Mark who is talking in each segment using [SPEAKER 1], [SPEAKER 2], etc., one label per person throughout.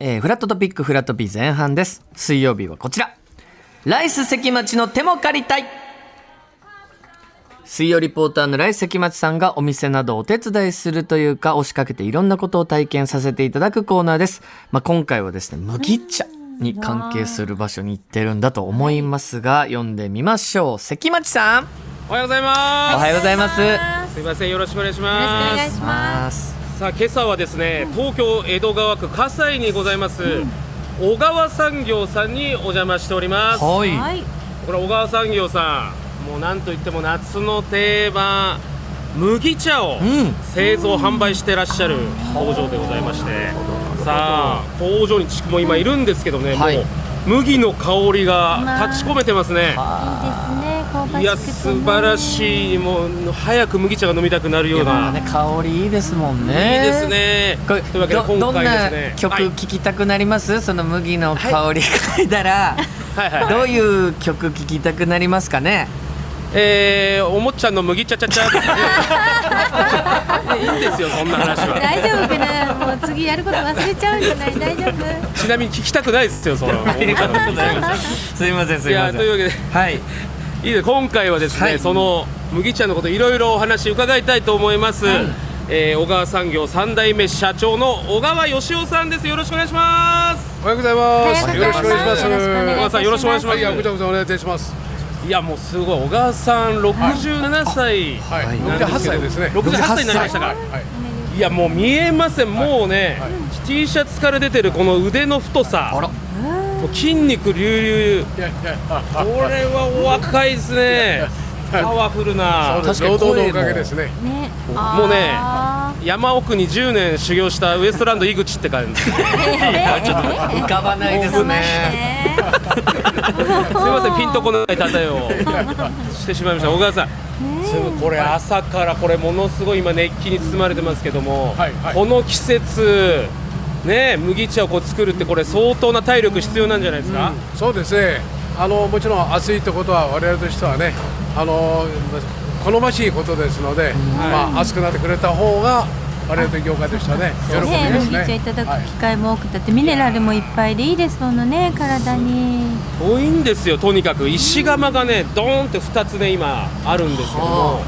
[SPEAKER 1] フラットトピックフラットピー前半です。水曜日はこちら。ライス関町の手も借りたい水曜リポーターのライス関町さんがお店などお手伝いするというか、押しかけていろんなことを体験させていただくコーナーです。まあ、今回はですね、麦茶に関係する場所に行ってるんだと思いますが、読んでみましょう。関町さん、
[SPEAKER 2] おはようござい
[SPEAKER 1] お
[SPEAKER 2] ま
[SPEAKER 1] はようございます。
[SPEAKER 2] す。すみません、よろしくお願いし
[SPEAKER 3] よろしくお
[SPEAKER 2] ま
[SPEAKER 3] 願い
[SPEAKER 2] す。
[SPEAKER 3] します。
[SPEAKER 1] す。
[SPEAKER 2] さあ、今朝はですね、東京江戸川区葛西にございます。小川産業さんにお邪魔しております。こ
[SPEAKER 1] はい。
[SPEAKER 3] はい。
[SPEAKER 2] れ小川産業さん、もうなんといっても夏の定番。麦茶を
[SPEAKER 1] ん
[SPEAKER 2] 製造販売してらっしゃる工場でございまして。さあ、工場にちくも今いるんですけどね、も。
[SPEAKER 1] はいう
[SPEAKER 2] 麦の香りが立ち込めてますね。
[SPEAKER 3] いいですね。香ばしくてね。
[SPEAKER 2] いや素晴ら
[SPEAKER 3] い。
[SPEAKER 2] しいもう早く麦茶が飲みたくなるよう
[SPEAKER 1] ま
[SPEAKER 2] な、
[SPEAKER 1] あね、香りいいですもんね。
[SPEAKER 2] いいです。ね
[SPEAKER 1] これ
[SPEAKER 2] というわけで
[SPEAKER 1] どど
[SPEAKER 2] 今
[SPEAKER 1] ん
[SPEAKER 2] 回
[SPEAKER 1] な
[SPEAKER 2] ですね
[SPEAKER 1] 曲
[SPEAKER 2] はい
[SPEAKER 1] 聴きたくなります、その麦の香り嗅いだら、
[SPEAKER 2] はいはい
[SPEAKER 1] どういう曲聴きたくなりますかね
[SPEAKER 2] えー、おもっちゃんの麦茶茶茶ですねいいんですよそんな話は
[SPEAKER 3] 大丈夫かな。もう次やること忘れちゃうんじゃない。大丈夫。
[SPEAKER 2] ちなみに聞きたくないですよそのおもちゃの麦茶
[SPEAKER 1] すいませんす
[SPEAKER 2] い
[SPEAKER 1] いま
[SPEAKER 2] や
[SPEAKER 1] せ
[SPEAKER 2] というわ
[SPEAKER 1] ん
[SPEAKER 2] けで
[SPEAKER 1] はい
[SPEAKER 2] いいです今回はですね、
[SPEAKER 1] はい
[SPEAKER 2] その麦茶のこといろいろお話伺いたいと思います、えー小川産業三代目社長の小川義雄さんですよろしくお願いします
[SPEAKER 4] おはようございます。
[SPEAKER 3] おはようございます
[SPEAKER 4] よろしくお願いし
[SPEAKER 3] よ
[SPEAKER 4] ま。
[SPEAKER 3] ろしくお願
[SPEAKER 2] 小
[SPEAKER 3] いします
[SPEAKER 2] 川さんよろしくお願いします
[SPEAKER 4] いや、こちらこそお願いいたします。
[SPEAKER 2] いやもうすごい小川さん67歳、
[SPEAKER 4] はい。
[SPEAKER 2] なん
[SPEAKER 4] 68
[SPEAKER 2] けど
[SPEAKER 4] 歳ですね。
[SPEAKER 2] 68歳になりましたか
[SPEAKER 4] はい。
[SPEAKER 2] いやもう見えません、もうね、T シャツから出てるこの腕の太さ
[SPEAKER 1] あら
[SPEAKER 2] もう筋肉隆
[SPEAKER 4] いやいや、
[SPEAKER 2] 々これはお若いですねパワフルな
[SPEAKER 4] そうです。
[SPEAKER 1] 確
[SPEAKER 4] 労
[SPEAKER 1] かに
[SPEAKER 4] 働のおかげですね。
[SPEAKER 3] ね。
[SPEAKER 2] もうね
[SPEAKER 3] あ
[SPEAKER 2] 山奥に10年修行したウエストランド井口って感じすい
[SPEAKER 1] ちょっと浮かばないで
[SPEAKER 3] ー。
[SPEAKER 1] す
[SPEAKER 3] 捕まえ
[SPEAKER 1] ね
[SPEAKER 3] て。す
[SPEAKER 2] ませんピンとこない例えをしてしまいました小川さんすごいこれ朝からこれものすごい今熱気に包まれてますけども、
[SPEAKER 4] はいはい
[SPEAKER 2] この季節ね麦茶をこう作るってこれ相当な体力必要なんじゃないですか、
[SPEAKER 4] そうですね。あの、もちろん暑いってことは、我々としてはね。あの、好ましいことですので、まあ、暑くなってくれた方が。我々と業界としてはね、喜び
[SPEAKER 3] ね、
[SPEAKER 4] で
[SPEAKER 3] 麦
[SPEAKER 4] す
[SPEAKER 3] 茶
[SPEAKER 4] ね。
[SPEAKER 3] いただ
[SPEAKER 4] は
[SPEAKER 3] く機会も多くて、だってミネラルもいっぱいでいいですものね、体に。
[SPEAKER 2] 多いんですよとにかく石窯がねドーンって2つね今あるんですけども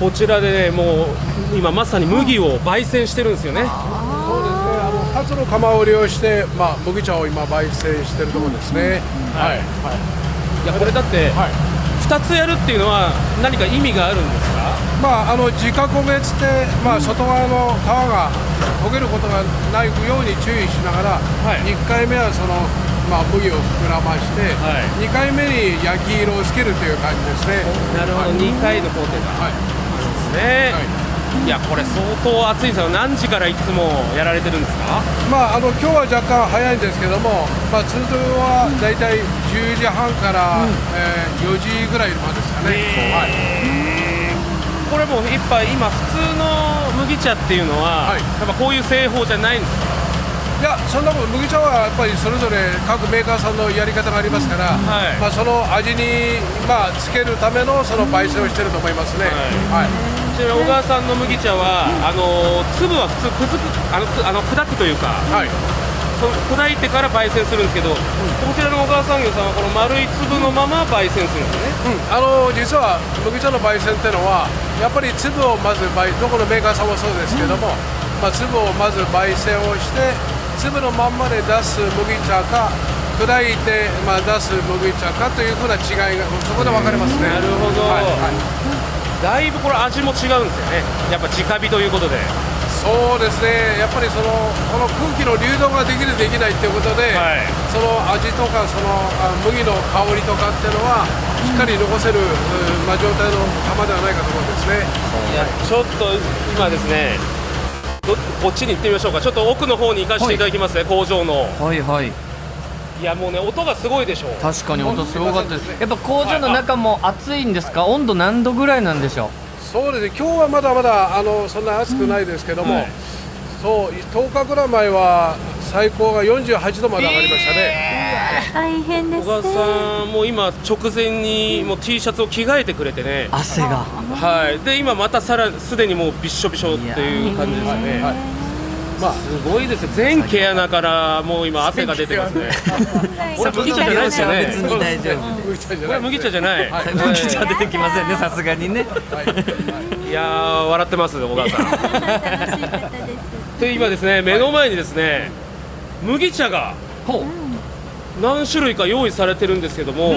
[SPEAKER 2] こちらでねもう今まさに麦を焙煎してるんですよね
[SPEAKER 4] そうですね。あの、二つの釜を利用して、まあ、麦茶を今焙煎してるところですね。はい。
[SPEAKER 2] いやこれだって
[SPEAKER 4] はい。
[SPEAKER 2] 2つやるっていうのは何か意味があるんですか
[SPEAKER 4] まあ、あの自家米っつって、まあ、外側の皮が焦げることがないように注意しながら、
[SPEAKER 2] い
[SPEAKER 4] 1回目はその、まあ、麦を膨らまして、
[SPEAKER 2] はい
[SPEAKER 4] 2回目に焼き色をつけるという感じですね。
[SPEAKER 2] なるほど2回の工程が
[SPEAKER 4] はい
[SPEAKER 2] ね
[SPEAKER 4] はい
[SPEAKER 2] いやこれ相当暑いんですよ何時からいつもやられてるんですか
[SPEAKER 4] まあ、あの今日は若干早いんですけども、まあ、通常はだいたい10時半から、えー4時ぐらいまでですかね、はい
[SPEAKER 2] これもう一杯今普通の麦茶っていうのは、
[SPEAKER 4] はい
[SPEAKER 2] やっぱこういう製法じゃないんですか
[SPEAKER 4] いやそんなこと麦茶はやっぱりそれぞれ各メーカーさんのやり方がありますから、
[SPEAKER 2] はい
[SPEAKER 4] まあ、その味に、まあ、つけるためのその焙煎をしてると思いますね、はい
[SPEAKER 2] ちなみに小川さんの麦茶は、あのー粒は普通くずくあのくあの砕くというか
[SPEAKER 4] はい
[SPEAKER 2] その砕いてから焙煎するんですけど、こちらの小川産業さんはこの丸い粒のまま焙煎するんですよね
[SPEAKER 4] うん、あの実は麦茶の焙煎ってのはやっぱり粒をまず焙どこのメーカーさんもそうですけども、まあ、粒をまず焙煎をして粒のまんまで出す麦茶か砕いて、まあ、出す麦茶かというふうな違いがそこで分かれますね
[SPEAKER 2] なるほど
[SPEAKER 4] はいはい
[SPEAKER 2] だいぶこれ味も違うんですよねやっぱ直火ということで
[SPEAKER 4] そうですね、やっぱりそのこの空気の流動ができる、できないっていうことで、
[SPEAKER 2] はい
[SPEAKER 4] その味とかそのあ麦の香りとかっていうのは、しっかり残せる、うんまあ、状態の玉ではないかと思うんですね。
[SPEAKER 2] いやちょっと今ですねどこっちに行ってみましょうかちょっと奥の方に行かせていただきますね、工場の
[SPEAKER 1] はいはい
[SPEAKER 2] いやもうね音がすごいでしょう
[SPEAKER 1] 確かに音すごかったですやっぱ工場の中も暑いんですか温度何度ぐらいなんでしょ
[SPEAKER 4] そうですね、今日はまだまだあのそんな暑くないですけども、
[SPEAKER 2] はい
[SPEAKER 4] そう10日ぐらい前は最高が48度まで上がりましたね。
[SPEAKER 3] 大変で
[SPEAKER 2] 小川
[SPEAKER 3] すね。
[SPEAKER 2] さんもう今直前にもう T シャツを着替えてくれてね
[SPEAKER 1] う汗が
[SPEAKER 2] はいで今またさらすでにもうびっしょびしょっていう感じですね、
[SPEAKER 4] はいまあ
[SPEAKER 2] すごいですね全毛穴からもう今汗が出てますね俺麦茶じゃないですよね
[SPEAKER 1] 別に大丈夫で
[SPEAKER 4] 麦茶じゃ
[SPEAKER 2] これ
[SPEAKER 4] ない
[SPEAKER 2] 麦茶じゃない、
[SPEAKER 4] はい
[SPEAKER 2] えー
[SPEAKER 1] 麦茶出てきませんねさすがにね
[SPEAKER 4] はい
[SPEAKER 2] いやー笑ってます小川さん
[SPEAKER 3] 楽しかったです。
[SPEAKER 2] で今ですね目の前にですね麦茶が
[SPEAKER 1] ほう
[SPEAKER 2] 何種類か用意されてるんですけども、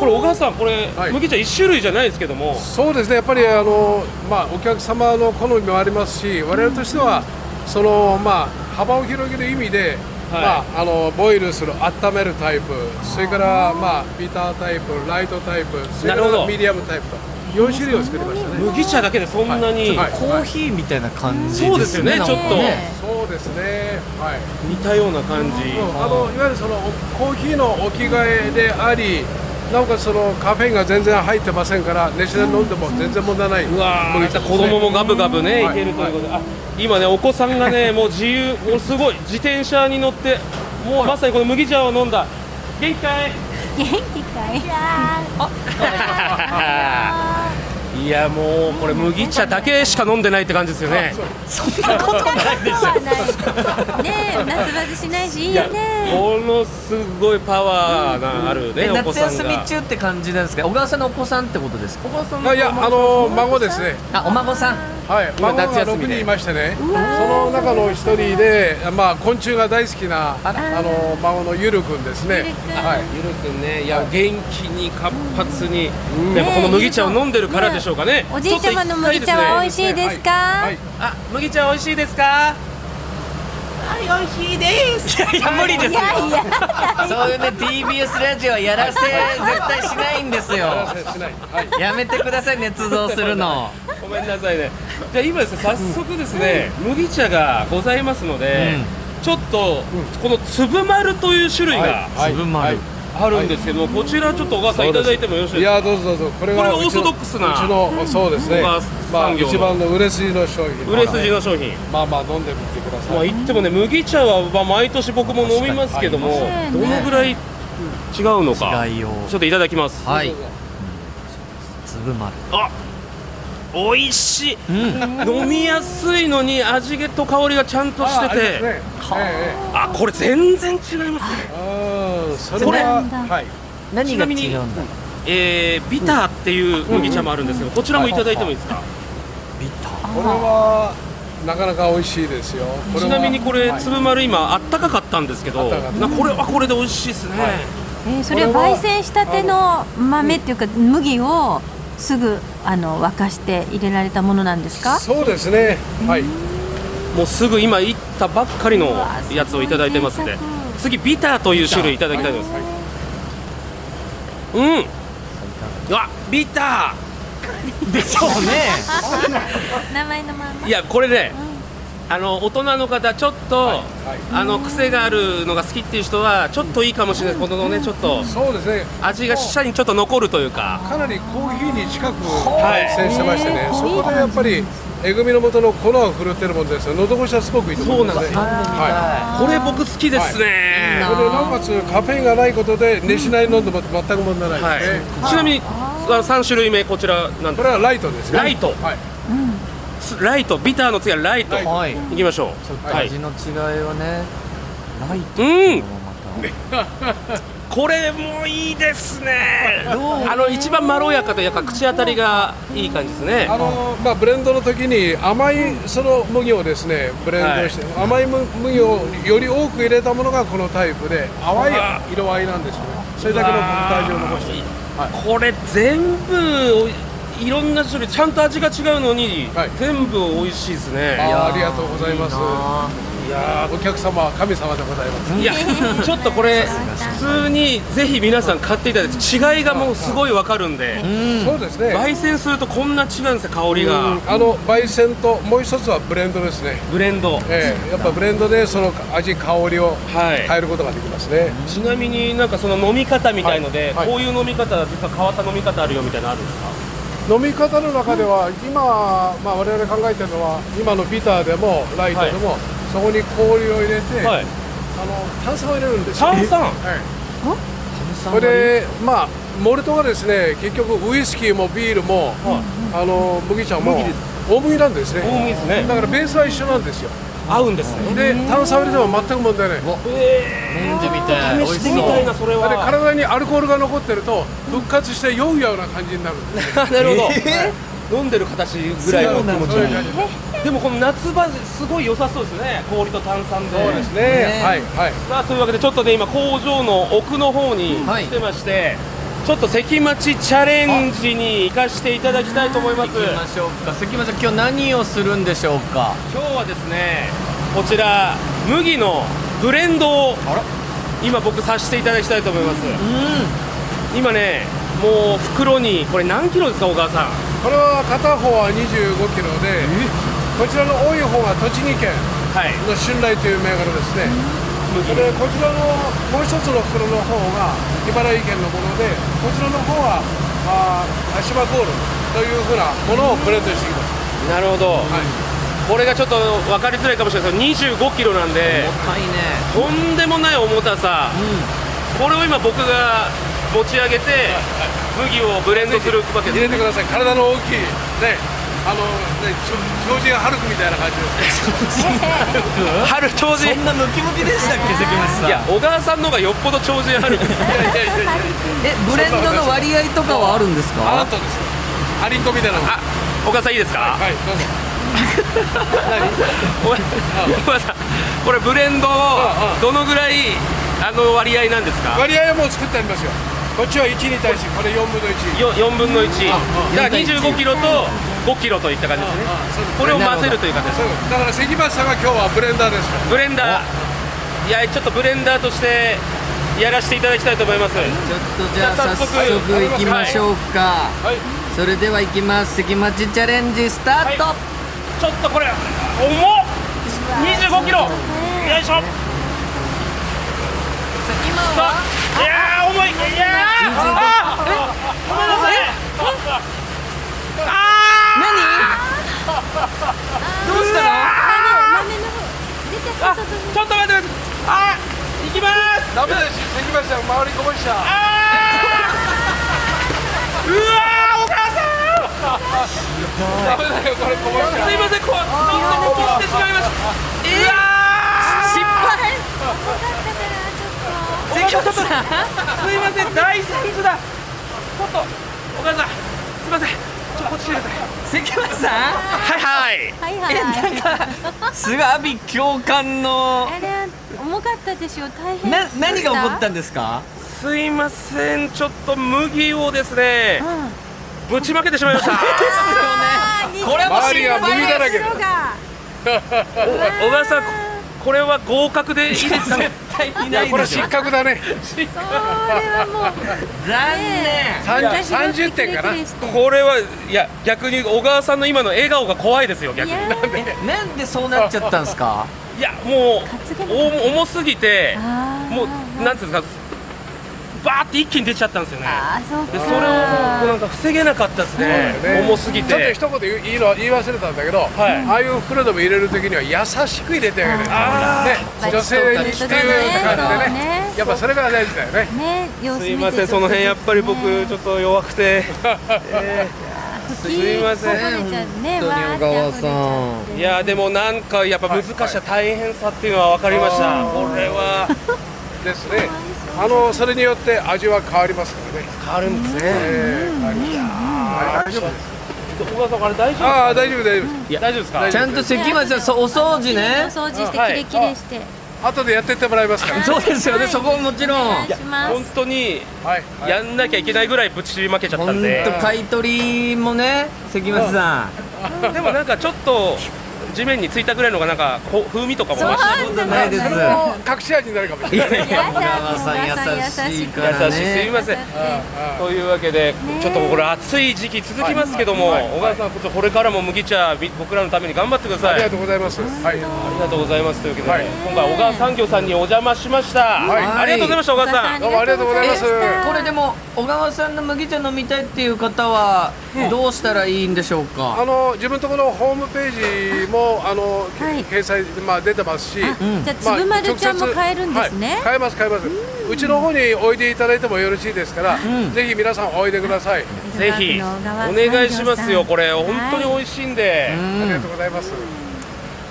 [SPEAKER 2] これ小川さんこれ、
[SPEAKER 4] はい
[SPEAKER 2] 麦茶1種類じゃないですけども
[SPEAKER 4] そうですね、やっぱりあの、まあ、お客様の好みもありますし、我々としては、そのまあ、幅を広げる意味で、
[SPEAKER 2] はい
[SPEAKER 4] まあ、あのボイルする、温めるタイプ、それから、まあ、ビタータイプ、ライトタイプ、それか
[SPEAKER 2] なるほ
[SPEAKER 4] ら
[SPEAKER 2] ど
[SPEAKER 4] ミディアムタイプと、4種類を作りましたね。
[SPEAKER 2] 麦茶だけでそんなに
[SPEAKER 4] はい
[SPEAKER 1] コーヒーみたいな感じ
[SPEAKER 2] そうですよね
[SPEAKER 1] なん
[SPEAKER 2] ち
[SPEAKER 1] か
[SPEAKER 2] ょっと
[SPEAKER 4] そうですね、はい、
[SPEAKER 2] 似たような感じ、
[SPEAKER 4] あのいわゆるそのおコーヒーの置き換えであり、なおかつそのカフェインが全然入ってませんから、ネチで飲んでも全然問題ないう
[SPEAKER 2] わー
[SPEAKER 4] 麦茶ですね
[SPEAKER 2] 子供もガブガブね、
[SPEAKER 4] はい
[SPEAKER 2] いけるということで、あ今ね、お子さんがね、もう自由、もうすごい、自転車に乗って、もうまさにこの麦茶を飲んだ、元気かい
[SPEAKER 3] 元気かい？いや
[SPEAKER 2] いや、もうこれ、麦茶だけしか飲んでないって感じですよね。
[SPEAKER 3] そんなことないでしょ。ねえ、夏バテしないしいいよね。
[SPEAKER 2] ものすごいパワーがあるね、
[SPEAKER 1] え
[SPEAKER 2] お子
[SPEAKER 1] 夏
[SPEAKER 2] さん
[SPEAKER 1] 休み
[SPEAKER 2] が。
[SPEAKER 1] 中って感じなんですか小川さんのお子さんってことですか
[SPEAKER 4] あいや、あの孫ですね。
[SPEAKER 1] あお孫さん
[SPEAKER 4] はい、
[SPEAKER 1] 今
[SPEAKER 4] 孫が
[SPEAKER 1] 夏休み
[SPEAKER 4] 6
[SPEAKER 1] で
[SPEAKER 4] 人いましてね、その中の一人で、まあ、昆虫が大好きな
[SPEAKER 1] あ
[SPEAKER 4] あ
[SPEAKER 1] ら
[SPEAKER 4] の孫のゆるくんですね
[SPEAKER 3] ゆるくん、
[SPEAKER 4] はい、
[SPEAKER 2] ゆるくんね、いや、元気に活発に、
[SPEAKER 4] ん
[SPEAKER 2] やっぱこの麦茶を飲んでるからでしょうかね。
[SPEAKER 3] おじいちゃまの麦茶は美味しいですか
[SPEAKER 4] は？い
[SPEAKER 2] あ、麦茶美味しいですか。
[SPEAKER 1] いや無理ですよ
[SPEAKER 3] いやいや。
[SPEAKER 1] そういうね TBS ラジオはやらせ絶対しないんですよ
[SPEAKER 4] はいしないはい
[SPEAKER 1] やめてください捏造するの
[SPEAKER 2] ごめんなさいね。じゃあ今ですね、早速ですね、麦茶がございますので、ちょっとこの粒丸という種類が
[SPEAKER 4] はい
[SPEAKER 1] 粒丸
[SPEAKER 4] はい
[SPEAKER 2] あるんですけども、こちらちょっと小川さんいただいてもよろしい
[SPEAKER 4] い
[SPEAKER 2] ですか。
[SPEAKER 4] やどうぞどうぞこれ
[SPEAKER 2] これ
[SPEAKER 4] は
[SPEAKER 2] はオーソドックスな
[SPEAKER 4] うちのうちのそうですね
[SPEAKER 2] 僕は、
[SPEAKER 4] まあ、
[SPEAKER 2] 産業の
[SPEAKER 4] 一番の売れ筋の商品
[SPEAKER 2] 売れ筋の商品。
[SPEAKER 4] まあまあ飲んでみてくだ
[SPEAKER 2] まあ
[SPEAKER 4] さい
[SPEAKER 2] 言ってもね、麦茶はまあ毎年僕も飲みますけども、
[SPEAKER 3] 確かに
[SPEAKER 2] どのぐらい違うのか。
[SPEAKER 1] 違いを
[SPEAKER 2] ちょっといただきます。
[SPEAKER 1] はい
[SPEAKER 4] どうぞ
[SPEAKER 1] 粒丸
[SPEAKER 2] あ、美味しい。
[SPEAKER 1] うん
[SPEAKER 2] 飲みやすいのに味気と香りがちゃんとして
[SPEAKER 4] ああれです
[SPEAKER 2] て、
[SPEAKER 4] ねえ
[SPEAKER 2] あ、これ全然違いますね。
[SPEAKER 4] えええうんそれ
[SPEAKER 1] これ
[SPEAKER 4] は
[SPEAKER 3] なん
[SPEAKER 4] はい
[SPEAKER 1] 何が
[SPEAKER 2] ちなみに
[SPEAKER 1] 違うんだ
[SPEAKER 2] えー、ビターっていう麦茶もあるんですけど、こちらもいただいてもいいですか、
[SPEAKER 1] ビター
[SPEAKER 4] これはなかなか美味しいですよこれ
[SPEAKER 2] ちな
[SPEAKER 4] は
[SPEAKER 2] みにこれ、
[SPEAKER 4] はい
[SPEAKER 2] 粒丸今あったかかったんですけ
[SPEAKER 4] あ
[SPEAKER 2] ど
[SPEAKER 4] ったかかった
[SPEAKER 2] なこれはこれで美味しいですね、
[SPEAKER 4] はい
[SPEAKER 3] えーそれは焙煎したての豆っていうか麦をすぐあの沸かして入れられたものなんですか？
[SPEAKER 4] そうですねはい
[SPEAKER 2] もうすぐ今いったばっかりのやつをいただいてますんで
[SPEAKER 3] うわすごい
[SPEAKER 2] 次ビターという種類いただきたいと思いますうんうわビタ
[SPEAKER 1] でしょうね
[SPEAKER 3] 名前のまんま
[SPEAKER 2] ーいやこれねあの大人の方ちょっと、
[SPEAKER 4] はい
[SPEAKER 2] あの癖があるのが好きっていう人はちょっといいかもしれないこのねちょっと
[SPEAKER 4] そうですね
[SPEAKER 2] 味が舌にちょっと残るというか
[SPEAKER 4] かなりコーヒーに近く
[SPEAKER 2] い
[SPEAKER 4] 焙煎してましてね、そこでやっぱりえぐみの元の粉を振るってるもんですよ喉越しはすごくいいと思いますね
[SPEAKER 2] そうな
[SPEAKER 4] は
[SPEAKER 2] これ僕好きですね、
[SPEAKER 4] い、これでなおかつカフェインがないことで熱しない飲んでも全く問題な
[SPEAKER 2] はいい
[SPEAKER 4] ですね、、
[SPEAKER 2] ちなみにあ三種類目こちらなん
[SPEAKER 4] こ
[SPEAKER 2] で
[SPEAKER 4] れはライトですね
[SPEAKER 2] ライト
[SPEAKER 4] はい、
[SPEAKER 2] すライトビターの次はライト、
[SPEAKER 4] ライト
[SPEAKER 1] はい
[SPEAKER 2] い、きましょ
[SPEAKER 1] ちょっ
[SPEAKER 2] う
[SPEAKER 1] と
[SPEAKER 2] はい
[SPEAKER 1] 味の違いはねライト
[SPEAKER 2] うん
[SPEAKER 1] もま
[SPEAKER 2] これもいいですね
[SPEAKER 1] たどう
[SPEAKER 2] あの一番まろやかというか口当たりがいい感じですね
[SPEAKER 4] あのまあ、ブレンドの時に甘いその麦をですねブレンドして、甘い麦をより多く入れたものがこのタイプで淡
[SPEAKER 2] うわ
[SPEAKER 4] い色合いなんですよねそれだけのコクと味を残してるはい
[SPEAKER 2] これ全部おいろんな種類ちゃんと味が違うのに、
[SPEAKER 4] はい
[SPEAKER 2] 全部美味しいです
[SPEAKER 4] あ
[SPEAKER 2] ね
[SPEAKER 4] ーありがとうございます
[SPEAKER 1] いいない
[SPEAKER 4] やーお客様は神様でございます
[SPEAKER 2] いやちょっとこれ普通にぜひ皆さん買っていただいて違いがもうすごいわかるんで
[SPEAKER 1] うん
[SPEAKER 4] そうですね
[SPEAKER 2] 焙煎するとこんな違うんですよ香り
[SPEAKER 4] う
[SPEAKER 2] が
[SPEAKER 4] んあの焙煎ともう一つはブレンドですね、
[SPEAKER 2] ブレンド
[SPEAKER 4] ええやっぱブレンドでその味香りを
[SPEAKER 2] はい
[SPEAKER 4] 変えることができますね、
[SPEAKER 2] ちなみになんかその飲み方みたいので、
[SPEAKER 4] はいはい
[SPEAKER 2] こういう飲み方は実は変わった飲み方あるよみたいなのあるんですか
[SPEAKER 4] 飲み方の中では今、まあ、我々考えてるのは今のビターでもライトでも、そこに氷を入れて、
[SPEAKER 2] はい
[SPEAKER 4] あの炭酸を入れるんですよ
[SPEAKER 2] 炭酸
[SPEAKER 4] はい
[SPEAKER 1] 炭酸
[SPEAKER 4] こ
[SPEAKER 1] 割り
[SPEAKER 4] れでまあモルトがですね結局ウイスキーもビールも、あの麦茶も大麦なんですね
[SPEAKER 2] 大麦ですね
[SPEAKER 4] だからベースは一緒なんですよ
[SPEAKER 2] 合うんですね
[SPEAKER 4] で炭酸を入れても全く問題ない
[SPEAKER 1] 飲んでみて美
[SPEAKER 2] 試
[SPEAKER 1] 味
[SPEAKER 2] して
[SPEAKER 1] し
[SPEAKER 2] み
[SPEAKER 1] そ
[SPEAKER 2] たいうなそれ
[SPEAKER 4] で
[SPEAKER 2] は
[SPEAKER 4] 体にアルコールが残ってると復活して酔うような感じになるんで す
[SPEAKER 2] なるほど、
[SPEAKER 1] え
[SPEAKER 2] 飲んでる形ぐらいの気持ち
[SPEAKER 4] そういう感じで
[SPEAKER 2] でもこの夏場すごい良さそうですね氷と炭酸で
[SPEAKER 4] そうですねはいはい
[SPEAKER 2] さあというわけでちょっとね今工場の奥の方に
[SPEAKER 1] はい
[SPEAKER 2] 来てまして、ちょっと関町チャレンジに行かせていただきたいと思います
[SPEAKER 1] 行きましょうか関町さん今日何をするんでしょうか
[SPEAKER 2] 今日はですねこちら麦のブレンドを今僕させていただきたいと思います
[SPEAKER 1] うん
[SPEAKER 2] 今ねもう袋にこれ何キロですか小川さん
[SPEAKER 4] これは片方は25キロでこちらの多い方が栃木県
[SPEAKER 2] はい
[SPEAKER 4] の春雷という銘柄ですねそ
[SPEAKER 2] 麦
[SPEAKER 4] れでこちらのもう一つの袋の方が茨城県のものでこちらの方はあー足場ゴールというふうなものをブレンドしていきます、
[SPEAKER 2] なるほど、
[SPEAKER 4] はい
[SPEAKER 2] これがちょっと分かりづらいかもしれないですけど25キロなんで
[SPEAKER 1] 重たいね
[SPEAKER 2] とんでもない重たさこれを今僕が持ち上げて麦をブレンドするわけ
[SPEAKER 4] 入
[SPEAKER 2] で
[SPEAKER 4] れ
[SPEAKER 2] す
[SPEAKER 4] てください体の大きいねあのねちょ超人ハルクみたいな感じです
[SPEAKER 2] 春長寿
[SPEAKER 1] そんなムキムキでしたっけ関町さん
[SPEAKER 2] いや小川さんの方がよっぽど長寿ある
[SPEAKER 4] いやいやいやいや
[SPEAKER 1] えブレンドの割合とかはあるんです
[SPEAKER 4] あな
[SPEAKER 1] か
[SPEAKER 4] たですよハリンコみたいなの
[SPEAKER 2] あ小川さんいいですか、
[SPEAKER 4] はいどうぞ何
[SPEAKER 2] ごめんごめんなさいこれブレンドを
[SPEAKER 4] うん
[SPEAKER 2] どのぐらいあの割合なんですか
[SPEAKER 4] 割合はもう作ってありますよこっちは1に対しこれ4分の1
[SPEAKER 2] よ4分の1
[SPEAKER 4] うんうん
[SPEAKER 2] だから25キロと5キロといった感じですねこれを混ぜるという形です
[SPEAKER 4] そうだから関町さんが今日はブレンダーですから
[SPEAKER 2] ブレンダーいやちょっとブレンダーとしてやらせていただきたいと思います
[SPEAKER 1] ちょっとじゃあ
[SPEAKER 2] じゃあ
[SPEAKER 1] 早
[SPEAKER 2] 早速
[SPEAKER 1] 速行きましょうか、
[SPEAKER 4] はい
[SPEAKER 1] それでは行きます関町チャレンジスタート、
[SPEAKER 2] はちょっとこれ重っ25キロよいしょ
[SPEAKER 1] 今はい
[SPEAKER 2] やー重いいやーあーごめんなさいあ
[SPEAKER 1] 何どうしたの
[SPEAKER 3] 豆の出て
[SPEAKER 2] ー
[SPEAKER 3] きた
[SPEAKER 2] あち
[SPEAKER 3] と
[SPEAKER 2] ょっと待って待ってあー行きます
[SPEAKER 4] ダメです関町さん回りこぼした
[SPEAKER 2] あーうわーお母さ
[SPEAKER 4] ダメだよこれこぼし
[SPEAKER 2] んすいませんこうちょっとこぼしてしまいましたう
[SPEAKER 1] 失
[SPEAKER 2] わ
[SPEAKER 1] 敗関
[SPEAKER 3] ち
[SPEAKER 1] 町さん
[SPEAKER 2] ーすいません大惨事だちょっとお母さんすいませんちょっとこっち来てください
[SPEAKER 1] 関町さん
[SPEAKER 2] はいはい
[SPEAKER 3] ょっとはいはい
[SPEAKER 1] えなんかすごい阿鼻教官の
[SPEAKER 3] あれ重かったでしょ大変
[SPEAKER 1] な何が起こった
[SPEAKER 3] うん
[SPEAKER 1] んですか
[SPEAKER 2] すいませんちょっと麦をですねぶちまけてしまい ました
[SPEAKER 3] あー
[SPEAKER 1] これも
[SPEAKER 4] 周りが
[SPEAKER 1] 心
[SPEAKER 4] 麦
[SPEAKER 1] 配
[SPEAKER 4] だ
[SPEAKER 1] で
[SPEAKER 4] らけ
[SPEAKER 1] す
[SPEAKER 4] だ
[SPEAKER 3] 色が
[SPEAKER 2] 小川さんこれは合格でいいですかね
[SPEAKER 1] 絶対い
[SPEAKER 4] い
[SPEAKER 1] ない
[SPEAKER 4] やこ
[SPEAKER 1] で
[SPEAKER 4] れ
[SPEAKER 1] しょ
[SPEAKER 4] 失格だね
[SPEAKER 3] それはもう
[SPEAKER 1] 残
[SPEAKER 3] ね
[SPEAKER 1] 念
[SPEAKER 4] 30 30点かな
[SPEAKER 3] びっくりして
[SPEAKER 2] これはいや逆に小川さんの今の笑顔が怖いですよ逆に
[SPEAKER 3] いやー
[SPEAKER 1] なんでそうなっちゃったんですか
[SPEAKER 2] いやもう
[SPEAKER 3] 担げなかっ
[SPEAKER 2] お
[SPEAKER 3] た
[SPEAKER 2] 重すぎて
[SPEAKER 3] あー
[SPEAKER 2] もうなんていうんですかバーって一気に出ちゃったんですよね
[SPEAKER 3] あーそうか
[SPEAKER 2] でそれをもうなんか防げなかったですね重すぎ
[SPEAKER 4] ちょっと
[SPEAKER 2] て
[SPEAKER 4] 一言言ういいの言い忘れたんだけど、
[SPEAKER 2] はい
[SPEAKER 4] ああいう袋でも入れる時には優しく入れてあげる
[SPEAKER 2] あ
[SPEAKER 4] ね
[SPEAKER 1] ー
[SPEAKER 4] 女性にっていう感じ
[SPEAKER 3] そ
[SPEAKER 4] でね
[SPEAKER 3] うね
[SPEAKER 4] やっぱそれが大事だよね
[SPEAKER 3] ね様子
[SPEAKER 2] す
[SPEAKER 3] 見て
[SPEAKER 2] いませんその辺やっぱり僕ちょっと弱くて
[SPEAKER 1] 本当に小川さん
[SPEAKER 2] いません
[SPEAKER 3] すねわーって溢れちゃって
[SPEAKER 2] いやでもなんかやっぱ難しさ、大変さっていうのは分かりました、これは
[SPEAKER 4] ですねあのそれによって味は変わりますからね
[SPEAKER 2] 変わるんですね、
[SPEAKER 4] えー変わりますはい大丈夫です
[SPEAKER 2] 小川さん、あれ大丈夫
[SPEAKER 4] ああ大丈夫大丈夫
[SPEAKER 2] いや大丈夫ですか
[SPEAKER 4] 大
[SPEAKER 1] ち
[SPEAKER 4] 丈
[SPEAKER 1] ゃんと関町さんそうお掃除ね
[SPEAKER 3] お掃除して
[SPEAKER 2] は
[SPEAKER 3] キ
[SPEAKER 2] い
[SPEAKER 3] レキレして
[SPEAKER 4] 後でやってってもらいますから
[SPEAKER 1] そうですよねそこももちろん
[SPEAKER 3] お願いします
[SPEAKER 2] 本当に
[SPEAKER 4] はい
[SPEAKER 2] やんなきゃいけないぐらいぶちまけちゃった
[SPEAKER 1] 本
[SPEAKER 2] んで、
[SPEAKER 1] 当買い取りもね関町さん
[SPEAKER 2] でもなんかちょっと地面についたぐらいのがなんかこう風味とかも増して
[SPEAKER 1] とないです
[SPEAKER 4] それも隠し味になるかもしれない
[SPEAKER 1] やいや小川さん優しいからね
[SPEAKER 2] 優しいすいませんというわけで、ちょっとこれ暑い時期続きますけども、
[SPEAKER 4] はいはい
[SPEAKER 2] 小川さんちょっとこれからも麦茶み僕らのために頑張ってくだ
[SPEAKER 4] あ
[SPEAKER 2] さ
[SPEAKER 4] り
[SPEAKER 2] い
[SPEAKER 4] がとうございますはい
[SPEAKER 2] ありがとうございますというわけで、
[SPEAKER 4] はい
[SPEAKER 2] 今回小川産業さんにお邪魔しました、
[SPEAKER 4] はい
[SPEAKER 2] ありがとうございました小川さん
[SPEAKER 4] どうもありがとうございま
[SPEAKER 3] 小
[SPEAKER 4] す
[SPEAKER 3] 川さんありがとうございました
[SPEAKER 1] これでも小川さんの麦茶飲みたいっていう方はどうしたらいいんでしょうか、
[SPEAKER 4] あの自分とこのホームページもあの、け
[SPEAKER 3] はい
[SPEAKER 4] 掲載まあ出てますし、
[SPEAKER 3] あ
[SPEAKER 1] うん
[SPEAKER 3] じゃあつぶまるちゃんも買えるんですね
[SPEAKER 4] はい、買えます買えますうちの方においでいただいてもよろしいですから、
[SPEAKER 1] ん
[SPEAKER 4] ぜひ皆さんおいでください、
[SPEAKER 2] ぜひお願いしますよこれ本当に美味しいんで、
[SPEAKER 1] う
[SPEAKER 4] ありが
[SPEAKER 1] ん
[SPEAKER 4] とうございます、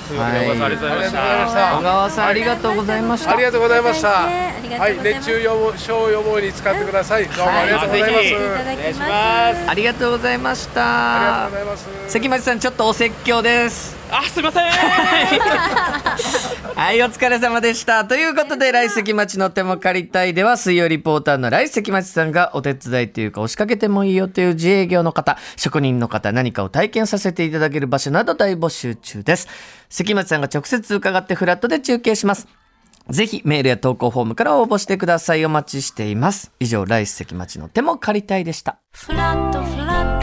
[SPEAKER 2] というわけで、小川さんありがとうございまし。
[SPEAKER 4] ありがとうござい
[SPEAKER 1] 小川さんありがとうございました
[SPEAKER 4] ましたたありがとうございまし
[SPEAKER 3] あ
[SPEAKER 4] た。
[SPEAKER 3] りがとうござ
[SPEAKER 4] はいい、
[SPEAKER 3] ます
[SPEAKER 4] 熱中予防予防に使ってください。どうもありがとうございます。
[SPEAKER 2] はい
[SPEAKER 3] ただきます。
[SPEAKER 1] ありがとうございました
[SPEAKER 4] ありがとうございます。
[SPEAKER 1] 関町さんちょっとお説教です
[SPEAKER 2] あ、すいません。
[SPEAKER 1] はいお疲れ様でしたということで来関町の手も借りたいでは水曜リポーターの来関町さんがお手伝いというか押しかけてもいいよという自営業の方職人の方何かを体験させていただける場所など大募集中です関町さんが直接伺ってフラットで中継しますぜひメールや投稿フォームから応募してくださいお待ちしています以上来関町の手も借りたいでした
[SPEAKER 3] フラットフラット